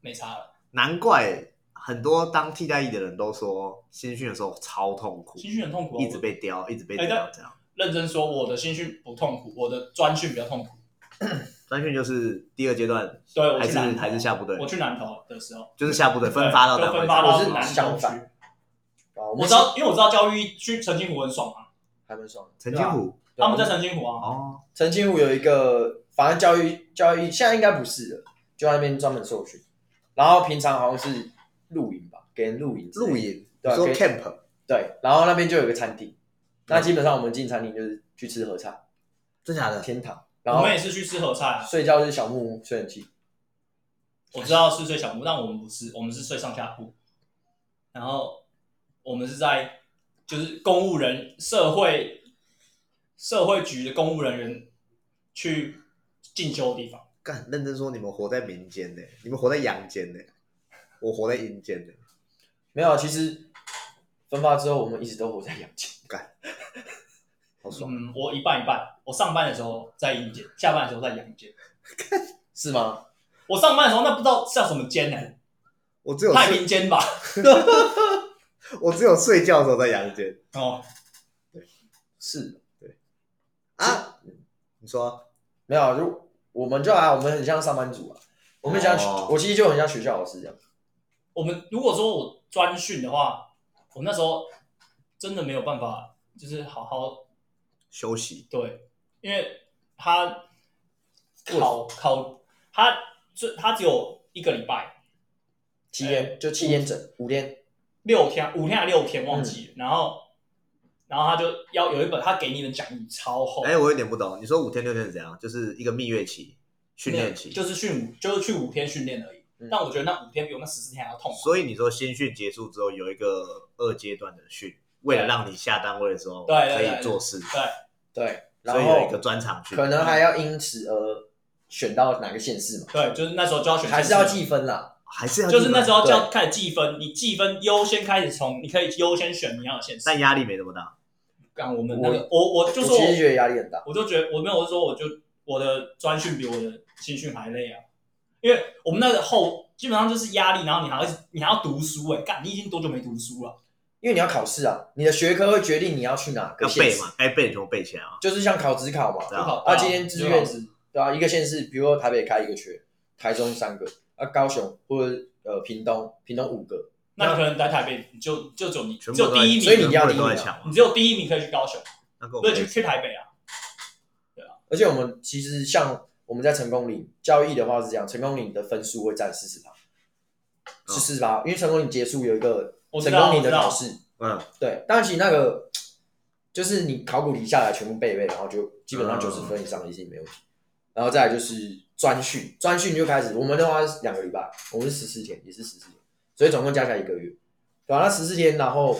Speaker 1: 没差了。
Speaker 4: 难怪很多当替代役的人都说新训的时候超痛苦，
Speaker 1: 新训很痛苦、啊，
Speaker 4: 一直被叼，一直被
Speaker 1: 哎
Speaker 4: 叼
Speaker 1: 但
Speaker 4: 这样
Speaker 1: 我。认真说，我的新训不痛苦，我的专训比较痛苦。
Speaker 4: 专训就是第二阶段，
Speaker 1: 对，我
Speaker 4: 还
Speaker 1: 去
Speaker 4: 是
Speaker 1: 南投
Speaker 4: 还是下部队
Speaker 1: 我，去南投的时候，
Speaker 4: 就是下部队分发到
Speaker 1: 对
Speaker 4: 单
Speaker 1: 就
Speaker 4: 位
Speaker 1: 分。发到
Speaker 3: 我是
Speaker 1: 南投
Speaker 3: 相
Speaker 1: 去。
Speaker 3: 反哦
Speaker 1: 我知道，因为我知道教育去澄清湖很爽嘛，
Speaker 3: 还蛮爽的。
Speaker 4: 陈金虎
Speaker 3: 对啊
Speaker 1: 他们在澄清湖啊，
Speaker 4: 哦，
Speaker 3: 澄清湖有一个，反正教育教育现在应该不是了，就在那边专门受训。然后平常好像是露营吧，给人露营之类的。
Speaker 4: 露营，
Speaker 3: 对
Speaker 1: 啊
Speaker 4: 你说
Speaker 3: 可以
Speaker 4: camp
Speaker 3: 对，然后那边就有个餐厅，那基本上我们进餐厅就是去吃合菜、
Speaker 4: 真假的？
Speaker 3: 天堂，然
Speaker 1: 我
Speaker 3: 后
Speaker 1: 们也是去吃合菜啊。
Speaker 3: 睡觉就是小木屋睡冷气。
Speaker 1: 我知道是睡小木，但我们不是，我们是睡上下铺。然后我们是在就是公务人社会社会局的公务人员去进修的地方。
Speaker 4: 干，认真说，你们活在民间呢，你们活在阳间呢，我活在阴间呢。
Speaker 3: 没有啊，其实分发之后我们一直都活在阳间。
Speaker 4: 好爽！
Speaker 1: 嗯，我一半一半，我上班的时候在阴间，下班的时候在阳间。
Speaker 3: 是吗？
Speaker 1: 我上班的时候那不知道叫什么间呢、
Speaker 4: 我只有
Speaker 1: 太
Speaker 4: 睡，
Speaker 1: 平间吧？
Speaker 4: 我只有睡觉的时候在阳间
Speaker 1: 哦，
Speaker 3: 是，
Speaker 4: 啊。你说啊
Speaker 3: 没有啊。如我们就啊，我们很像上班族啊，我们很像，
Speaker 5: 哦
Speaker 3: 我其实就很像学校老师这样。
Speaker 1: 我们如果说我专训的话，我那时候真的没有办法，就是好好
Speaker 4: 休息，
Speaker 1: 对，因为他考考他最他只有一个礼拜
Speaker 3: 七
Speaker 4: 哎
Speaker 3: 天就七天整，五天，
Speaker 1: 六天五天还六天忘记了，
Speaker 4: 嗯
Speaker 1: 然后然后他就要有一本他给你的讲义超厚，
Speaker 4: 哎，我有点不懂，你说五天六天是怎样？就是一个蜜月期、训练期，
Speaker 1: 就是训五就是去五天训练而已。
Speaker 3: 嗯
Speaker 1: 但我觉得那五天比我那十四天还要痛苦。
Speaker 4: 所以你说新训结束之后有一个二阶段的训，为了让你下单位的时候
Speaker 1: 对对
Speaker 4: 可
Speaker 1: 对
Speaker 4: 以做事，
Speaker 3: 对，
Speaker 4: 所
Speaker 3: 然
Speaker 4: 以有一个
Speaker 3: 后
Speaker 4: 专场训，
Speaker 3: 可能还要因此而选到哪个县市嘛，
Speaker 1: 对，就是那时候就要选，
Speaker 3: 还是要，计分啦。
Speaker 4: 还是要
Speaker 1: 就是那时候就
Speaker 3: 对
Speaker 1: 要开始计分，你计分优先开始从，你可以优先选你要的县市。
Speaker 4: 但压力没那么大，
Speaker 1: 干我们那个，我我就
Speaker 3: 我
Speaker 1: 说
Speaker 3: 其实
Speaker 1: 我，
Speaker 3: 觉得压力很大，
Speaker 1: 我就觉得我没有，我就说我就我的专训比我的新训还累啊，因为我们那个后基本上就是压力，然后你还要你还要读书哎、干你已经多久没读书了？
Speaker 3: 因为你要考试啊，你的学科会决定你要去哪个
Speaker 4: 要
Speaker 3: 县
Speaker 4: 背
Speaker 3: 市
Speaker 4: 嘛，，该背的全部背起来啊。
Speaker 3: 就是像考职考嘛，
Speaker 4: 对啊
Speaker 1: 不好
Speaker 3: 啊今天志愿
Speaker 1: 是
Speaker 3: 对啊，一个县市，比如说台北开一个缺，台中三个，啊高雄或者呃屏东，屏东五个，
Speaker 1: 那你可能在台北你就就只有你
Speaker 4: 全
Speaker 1: 只
Speaker 4: 部都
Speaker 1: 有
Speaker 4: 在
Speaker 1: 第一名，
Speaker 3: 所以你要
Speaker 4: 全部都
Speaker 3: 第
Speaker 4: 在
Speaker 3: 一名
Speaker 4: 抢嘛
Speaker 1: 你，只有嗯第一名可以去高雄，
Speaker 4: 那跟我
Speaker 1: 不
Speaker 4: 们
Speaker 1: 是去去台北啊？
Speaker 3: 而且我们其实像我们在成功岭交易的话是这样，成功岭的分数会占四十趴，是四十趴，因为成功岭结束有一个
Speaker 1: 哦我知
Speaker 3: 成
Speaker 1: 道
Speaker 3: 功岭的
Speaker 1: 我知道
Speaker 3: 考试，
Speaker 4: 嗯，
Speaker 3: 对，但其实那个就是你考古题下来全部背一背，然后就基
Speaker 1: 啊
Speaker 3: 本上九十分以上一定没问题。然后再来就是专训，专训就开始，我们的话是两个礼拜，我们是十四天，也是十四天，所以总共加起来一个月，对啊吧、那十四天，然后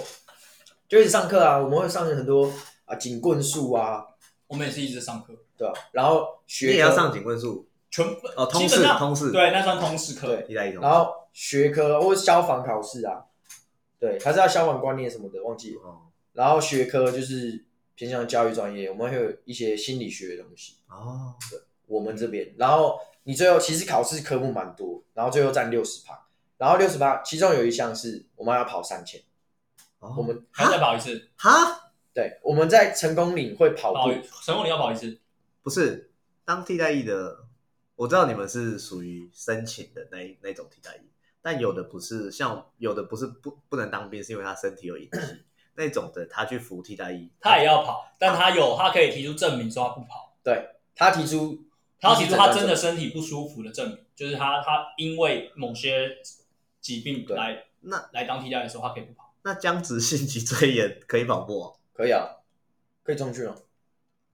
Speaker 3: 就一直上课啊，我们会上很多啊警棍术啊，
Speaker 1: 我们也是一直上课，
Speaker 3: 对吧、啊然后
Speaker 4: 你
Speaker 3: 学
Speaker 4: 也要
Speaker 3: 科
Speaker 4: 上警棍术
Speaker 1: 全部
Speaker 4: 哦，通
Speaker 1: 基
Speaker 4: 识
Speaker 1: 本上
Speaker 4: 通识，，
Speaker 1: 对，那算通识课
Speaker 3: 对。
Speaker 4: 一来一通
Speaker 3: 然。后学科或者消防考试啊，对，还是要消防观念什么的，忘记了。
Speaker 4: 哦
Speaker 3: 然后学科就是偏向教育专业，我们会有一些心理学的东西，
Speaker 4: 哦，
Speaker 3: 我们这边。然后你最后其实考试科目蛮多，然后最后占六十趴，然后六十趴其中有一项是我们要跑三千，
Speaker 4: 哦
Speaker 3: 我们
Speaker 1: 还要再跑一次，
Speaker 4: 哈
Speaker 3: 对，我们在成功岭会跑
Speaker 1: 跑
Speaker 3: 步，
Speaker 1: 成功你要跑一次，
Speaker 4: 不是当替代役的，我知道你们是属于申请的那一那种替代役，但有的不是，像有的不是不不能当兵，是因为他身体有隐疾，那种的他去服替代役，
Speaker 1: 他也要跑，但他有他可以提出证明说他不跑，
Speaker 3: 他提出
Speaker 1: 他要提出他真的身体不舒服的证明，就是他他因为某些疾病
Speaker 3: 对
Speaker 1: 来
Speaker 4: 那
Speaker 1: 来当替代的时候，他可以不跑。
Speaker 4: 那僵直性脊椎炎可以跑步哦、
Speaker 3: 可以啊，可以中去哦。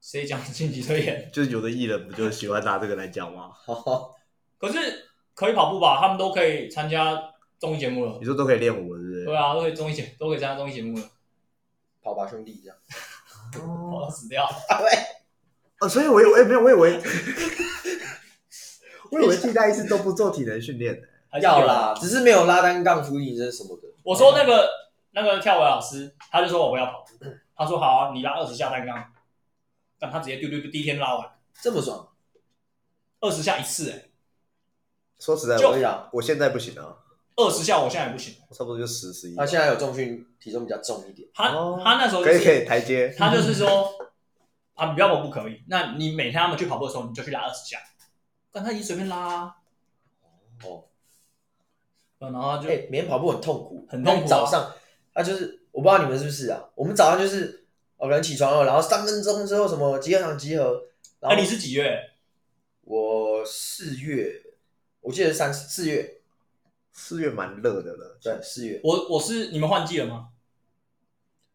Speaker 1: 谁讲进脊椎炎？
Speaker 4: 就是有的艺人不就喜欢拿这个来讲吗？
Speaker 1: 可是可以跑步吧？他们都可以参加综艺节目了
Speaker 4: 你。说都可以练舞了，是不是？
Speaker 1: 对啊，都可以综艺节，都可以参加综艺节目了，
Speaker 3: 跑吧兄弟这样，
Speaker 1: 跑
Speaker 4: 哦，
Speaker 1: 到死掉。
Speaker 4: 哦所以我以为、哎没有，我以 为，我以为替代役是都不做体能训练的。
Speaker 1: 还是有
Speaker 3: 要。啦，只是没有拉单杠、俯卧撑什么的。
Speaker 1: 我说那个那个跳舞老师，他就说我不要跑步，他说好啊，你拉二十下单杠，但他直接丢丢丢，第一天拉完
Speaker 3: 这么爽，
Speaker 1: 二十下一次、欸，
Speaker 4: 说实在，
Speaker 1: 就
Speaker 4: 我
Speaker 3: 可以啊。
Speaker 4: 我现在不行啊，
Speaker 1: 二十下我现在也不行。
Speaker 4: 我差不多就十十一。
Speaker 1: 啊
Speaker 3: 他现在有重训，体重比较重一点。
Speaker 1: 他、
Speaker 4: 哦
Speaker 1: 他那时候、就
Speaker 4: 可
Speaker 1: 是、
Speaker 4: 以可以台阶，
Speaker 1: 他就是说，啊，你不要跑步可以，那你每天他们去跑步的时候，你就去拉二十下，但他已经随便拉、啊，
Speaker 3: 哦，
Speaker 1: 然后他就、
Speaker 3: 哎、每天跑步很痛苦，
Speaker 1: 很痛苦啊
Speaker 3: 那你早上，他就是我不知道你们是不是啊？我们早上就是，哦，可能起床了，然后三分钟之后什么集合场集合，然
Speaker 1: 哎、
Speaker 3: 后
Speaker 1: 你是几月？
Speaker 3: 我四月，我记得是三四月，
Speaker 4: 四月蛮热的了。
Speaker 3: 对，四月，
Speaker 1: 我我是你们换季了吗？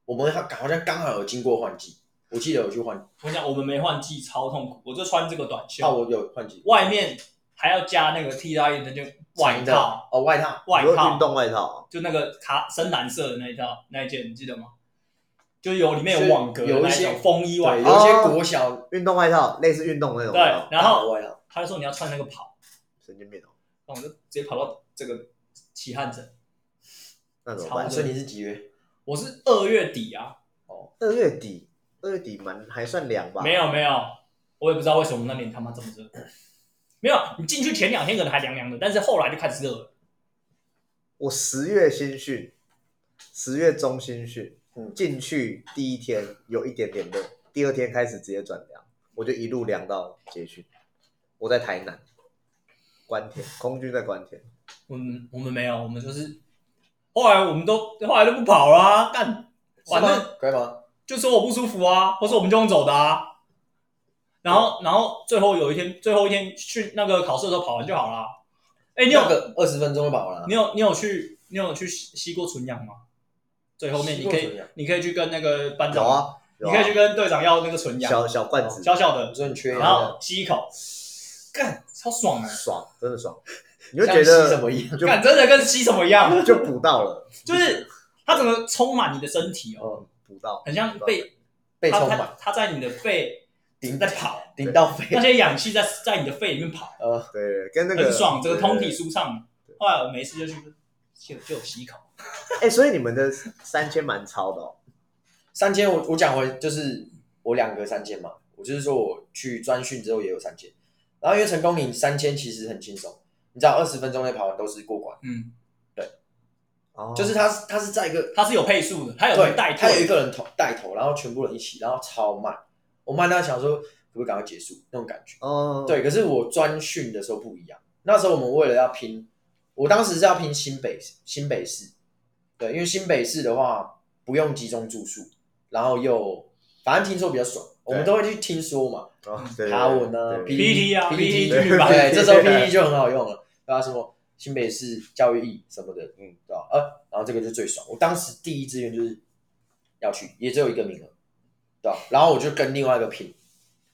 Speaker 3: 我们好好像刚好有经过换季，我记得有去换，
Speaker 1: 我跟你讲，我们没换季超痛苦，我就穿这个短袖，
Speaker 3: 啊，我有换季，
Speaker 1: 外面还要加那个替代役的那件外
Speaker 3: 长的
Speaker 1: 套，
Speaker 3: 哦，外套，
Speaker 1: 外
Speaker 4: 你说运
Speaker 1: 套，
Speaker 4: 动外套，
Speaker 1: 就那个卡深蓝色的那一套那一件，你记得吗？就有里面
Speaker 3: 是
Speaker 1: 有网格的
Speaker 3: 有一
Speaker 1: 那一
Speaker 3: 些
Speaker 1: 种风衣外
Speaker 3: 对，
Speaker 1: 套，
Speaker 4: 哦
Speaker 3: 有一些国小、
Speaker 4: 运动外套类似运动那种
Speaker 1: 对
Speaker 4: 外套，
Speaker 1: 然后
Speaker 3: 外套，
Speaker 1: 他就说你要穿那个跑，
Speaker 4: 神经病哦，
Speaker 1: 那我就直接跑到这个起汗疹。
Speaker 4: 那怎么办
Speaker 1: 超？
Speaker 3: 所以你是几月？
Speaker 1: 我是二月底啊，
Speaker 4: 二月底，二月底蛮还算凉吧？
Speaker 1: 没有没有，我也不知道为什么那年他妈这么热。没有，你进去前两天可能还凉凉的，但是后来就开始热了。
Speaker 4: 我十月新训，十月中新训，
Speaker 3: 嗯
Speaker 4: 进去第一天有一点点热，第二天开始直接转凉，我就一路凉到结训。
Speaker 2: 我在台南，关田空军在关田，
Speaker 1: 我们我们没有，我们就是后来我们都后来都不跑啦、干反正
Speaker 3: 可以吗？
Speaker 1: 就说我不舒服啊，或说我们就用走的啊。然后然后最后有一天最后一天去那个考试的时候跑完就好啦。哎、你有
Speaker 3: 那个二十分钟就跑完了啊
Speaker 1: 你，有你有去你有去吸吸过纯氧吗？最后面
Speaker 3: 吸
Speaker 1: 你
Speaker 3: 过
Speaker 1: 可以
Speaker 3: 纯氧
Speaker 1: 你可以去跟那个班
Speaker 2: 有
Speaker 1: 长，
Speaker 2: 啊，有
Speaker 1: 你
Speaker 2: 啊
Speaker 1: 可以去哦跟队长要那个纯氧，
Speaker 2: 小小罐子，
Speaker 1: 小小的
Speaker 3: 你，说你缺氧
Speaker 1: 然后吸一口，干超爽哎、
Speaker 2: 爽，真的爽，你
Speaker 3: 你
Speaker 2: 会觉
Speaker 3: 什
Speaker 2: 得
Speaker 3: 么一样？
Speaker 2: 就
Speaker 1: 干真的跟吸什么一样，啊
Speaker 2: 就补到了，
Speaker 1: 就是它整个充满你的身体哦，
Speaker 2: 嗯，补到，
Speaker 1: 很像被
Speaker 3: 被
Speaker 1: 它
Speaker 3: 充
Speaker 1: 它
Speaker 3: 满，
Speaker 1: 它在你的肺
Speaker 3: 顶
Speaker 1: 在跑，
Speaker 3: 顶到肺
Speaker 1: 那。些氧气在在你的肺里面跑，
Speaker 3: 呃，
Speaker 2: 对，跟那个
Speaker 1: 很爽，这个通体
Speaker 2: 对。
Speaker 1: 舒畅。后来我没事就去就就吸一口，
Speaker 2: 哎，所以你们的三千蛮超的哦，
Speaker 3: 三千我我讲回就是我两个三千嘛，我就是说我去专训之后也有三千，然后因为成功你三千其实很轻松，你知道二十分钟内跑完都是过关，
Speaker 1: 嗯，
Speaker 2: 哦
Speaker 3: 就是他他是在一个
Speaker 1: 它是有配速的，它有
Speaker 3: 对，
Speaker 1: 人带
Speaker 3: 他有一
Speaker 1: 队，
Speaker 3: 个人头带头，然后全部人一起，然后超慢，我慢到想说可不可以赶快结束那种感觉。
Speaker 2: 哦，
Speaker 4: 嗯
Speaker 3: 对，可是我专训的时候不一样，那时候我们为了要拼，我当时是要拼新北新北市，对，因为新北市的话不用集中住宿，然后又反正听说比较爽，我们都会去听说嘛，
Speaker 2: 哦，对，
Speaker 3: 爬文啊
Speaker 2: 对
Speaker 1: PPT 啊
Speaker 3: PPT
Speaker 1: 对
Speaker 3: 剧本，
Speaker 2: 对
Speaker 3: 对，这时候 PPT 就很好用了，对啊，什么新北市教育意什么的，嗯，对吧？呃，然后这个就最爽，我当时第一志愿就是要去，也只有一个名额，对吧？然后我就跟另外一个拼，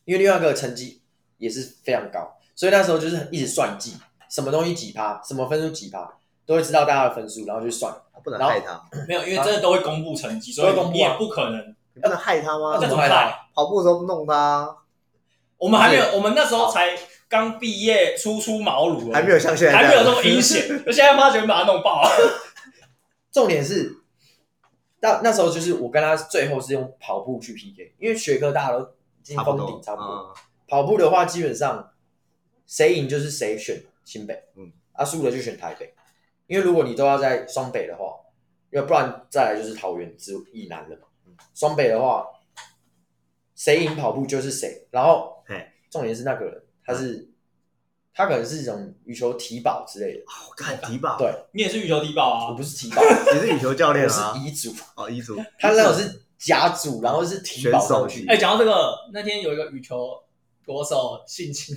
Speaker 3: 因为另外一个成绩也是非常高，所以那时候就是一直算计，什么东西几趴，什么分数几趴，都会知道大家的分数，然后就算，
Speaker 2: 啊不能害他，
Speaker 1: 没有，因为真的都会公布成绩，所
Speaker 3: 都
Speaker 1: 以
Speaker 3: 会公布啊
Speaker 1: 你也不可能。
Speaker 2: 你不能害他吗
Speaker 3: 那
Speaker 1: 那？
Speaker 3: 怎
Speaker 1: 怎
Speaker 3: 么
Speaker 1: 么
Speaker 3: 办
Speaker 1: 办？
Speaker 2: 跑步的时候弄他，
Speaker 1: 我们还没有
Speaker 3: 是，
Speaker 1: 我们那时候才刚毕业，初出茅庐而已，
Speaker 2: 还没有像现在
Speaker 1: 还没
Speaker 2: 这
Speaker 1: 有
Speaker 2: 样
Speaker 1: 那么阴险。就现在发觉把它弄爆啊了，
Speaker 3: 重点是，那那时候就是我跟他最后是用跑步去 PK，因为学科大家都已经
Speaker 2: 差不
Speaker 3: 封顶
Speaker 2: 多，
Speaker 3: 差不多。
Speaker 2: 嗯
Speaker 3: 跑步的话，基本上谁赢就是谁选新北，
Speaker 2: 嗯
Speaker 3: 嗯，啊输了就选台北，因为如果你都要在双北的话，要不然再来就是桃园之以南了嘛。双北的话，谁赢跑步就是谁，然后
Speaker 2: 嘿嗯
Speaker 3: 重点是那个人他是他可能是一种羽球体保之类的，
Speaker 2: 我看迪吧，
Speaker 3: 对
Speaker 1: 你也是羽球低爆
Speaker 3: 我
Speaker 1: 啊，
Speaker 3: 不是 体保，
Speaker 2: 你是羽球教练
Speaker 3: 我是
Speaker 2: 啊？
Speaker 3: 乙组，
Speaker 2: 哦，乙组，
Speaker 3: 他那种是甲组，然后是体保上
Speaker 2: 选手级
Speaker 3: 去，
Speaker 1: 哎、讲到这个，那天有一个羽球国手 性侵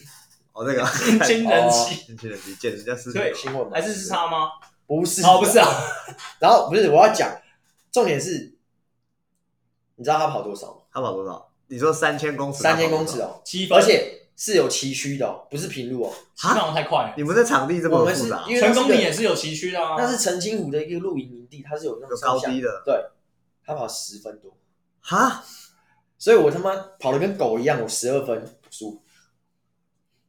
Speaker 2: 哦，那个
Speaker 1: 性侵人妻，
Speaker 2: 年轻人你见人家是
Speaker 1: 对
Speaker 3: 新闻吗
Speaker 1: 还是是他吗？
Speaker 3: 不哦是
Speaker 1: 哦，不是啊，
Speaker 3: 然后不是我要讲，重点是，你知道他跑多少吗？
Speaker 2: 他跑多少？你说三千公尺，
Speaker 3: 三千公
Speaker 2: 他跑
Speaker 3: 尺
Speaker 2: 多少，
Speaker 3: 哦，
Speaker 1: 七分，
Speaker 3: 而且是有崎岖的哦，不是平路哦。
Speaker 1: 七分好像太快了。
Speaker 2: 你们的场地这
Speaker 3: 我
Speaker 2: 么
Speaker 3: 们是
Speaker 2: 复杂，
Speaker 3: 因为
Speaker 1: 成功岭也
Speaker 3: 点，
Speaker 1: 是有崎岖的啊，
Speaker 3: 那是澄清湖的一个露营营地，它是有那种
Speaker 2: 有高
Speaker 3: 上下
Speaker 2: 低的，
Speaker 3: 对，他跑十分多，
Speaker 2: 哈，
Speaker 3: 所以我他妈跑的跟狗一样，我十二分输，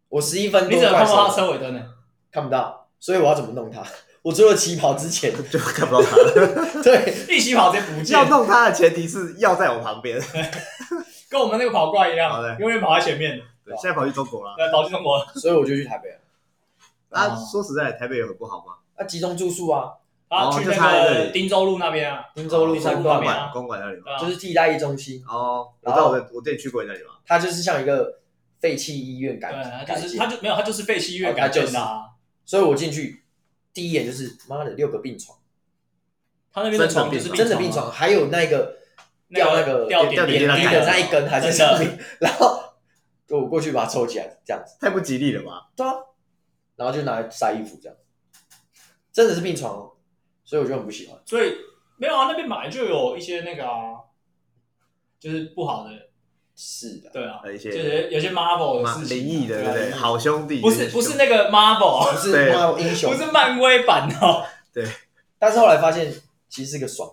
Speaker 3: 我十一分多
Speaker 1: 你只能
Speaker 3: 快
Speaker 1: 看到他
Speaker 3: 手
Speaker 1: 车尾灯呢。
Speaker 3: 看不到，所以我要怎么弄他？ 我除了起跑之 前，
Speaker 2: 就看不到他 了。
Speaker 3: 对，
Speaker 1: 一起跑直接不见
Speaker 2: 要，弄他的前提是要在我旁 边。
Speaker 1: 跟我们那个跑怪一
Speaker 2: 好
Speaker 1: 样
Speaker 2: 嘞，
Speaker 1: 永远跑在前面，
Speaker 2: 对，现在跑去中国了。
Speaker 1: 对，跑去中国。
Speaker 3: 所以我就去台北了，
Speaker 2: 啊，
Speaker 1: 哦
Speaker 2: 说实在，台北有很不好吗？
Speaker 3: 那集中住宿啊，
Speaker 1: 啊，
Speaker 2: 哦
Speaker 1: 去
Speaker 2: 就差在这
Speaker 1: 那个
Speaker 2: 里
Speaker 1: 汀州路那边啊，
Speaker 3: 汀州路三
Speaker 1: 那
Speaker 3: 段
Speaker 2: 公
Speaker 1: 边
Speaker 3: 嘛，
Speaker 2: 馆，
Speaker 1: 啊
Speaker 2: 公馆那里吗？
Speaker 1: 对啊
Speaker 3: 就是替代役中心，
Speaker 2: 哦，我
Speaker 3: 然
Speaker 2: 知
Speaker 3: 后
Speaker 2: 道我的，我之前去过那里嘛。
Speaker 3: 它就是像一个废弃医院改
Speaker 1: 对，他
Speaker 3: 改
Speaker 1: 就是
Speaker 3: 建，
Speaker 1: 他就没有，他就是废弃医院
Speaker 3: 哦
Speaker 1: 改
Speaker 3: 他就
Speaker 1: 建
Speaker 3: 是
Speaker 1: 的啊。
Speaker 3: 所以我进去第一眼就是妈的六个病床，
Speaker 1: 他那边的
Speaker 2: 真的
Speaker 1: 床就
Speaker 2: 病
Speaker 1: 是
Speaker 2: 床
Speaker 3: 真的
Speaker 1: 啊
Speaker 3: 病床，还有那个
Speaker 1: 那个
Speaker 3: 掉那个
Speaker 1: 吊
Speaker 2: 吊
Speaker 1: 点
Speaker 2: 点
Speaker 1: 滴
Speaker 2: 滴
Speaker 3: 点滴
Speaker 2: 那
Speaker 3: 的
Speaker 2: 个
Speaker 3: 那一根还在
Speaker 1: 真的
Speaker 3: 上面，然后就我过去把它抽起来，这样子，
Speaker 2: 太不吉利了吧？
Speaker 3: 对啊，然后就拿来晒衣服这样，真的是病床哦，所以我就很不喜欢。
Speaker 1: 所以没有啊，那边本来就有一些那个啊，就是不好的，
Speaker 3: 是的，
Speaker 1: 对啊，
Speaker 2: 还有一
Speaker 1: 就
Speaker 2: 些
Speaker 1: 是有些 Marvel 的
Speaker 2: 蛮
Speaker 1: 事情啊，
Speaker 2: 灵异的，
Speaker 1: 对
Speaker 2: 对
Speaker 1: 啊
Speaker 2: 不对？好兄弟
Speaker 1: 不是不是那个
Speaker 3: 不
Speaker 1: Marvel，
Speaker 3: 是
Speaker 2: 对
Speaker 3: 妈的英雄
Speaker 1: 不，是漫威版哦，
Speaker 3: 但是后来发现其实是个爽，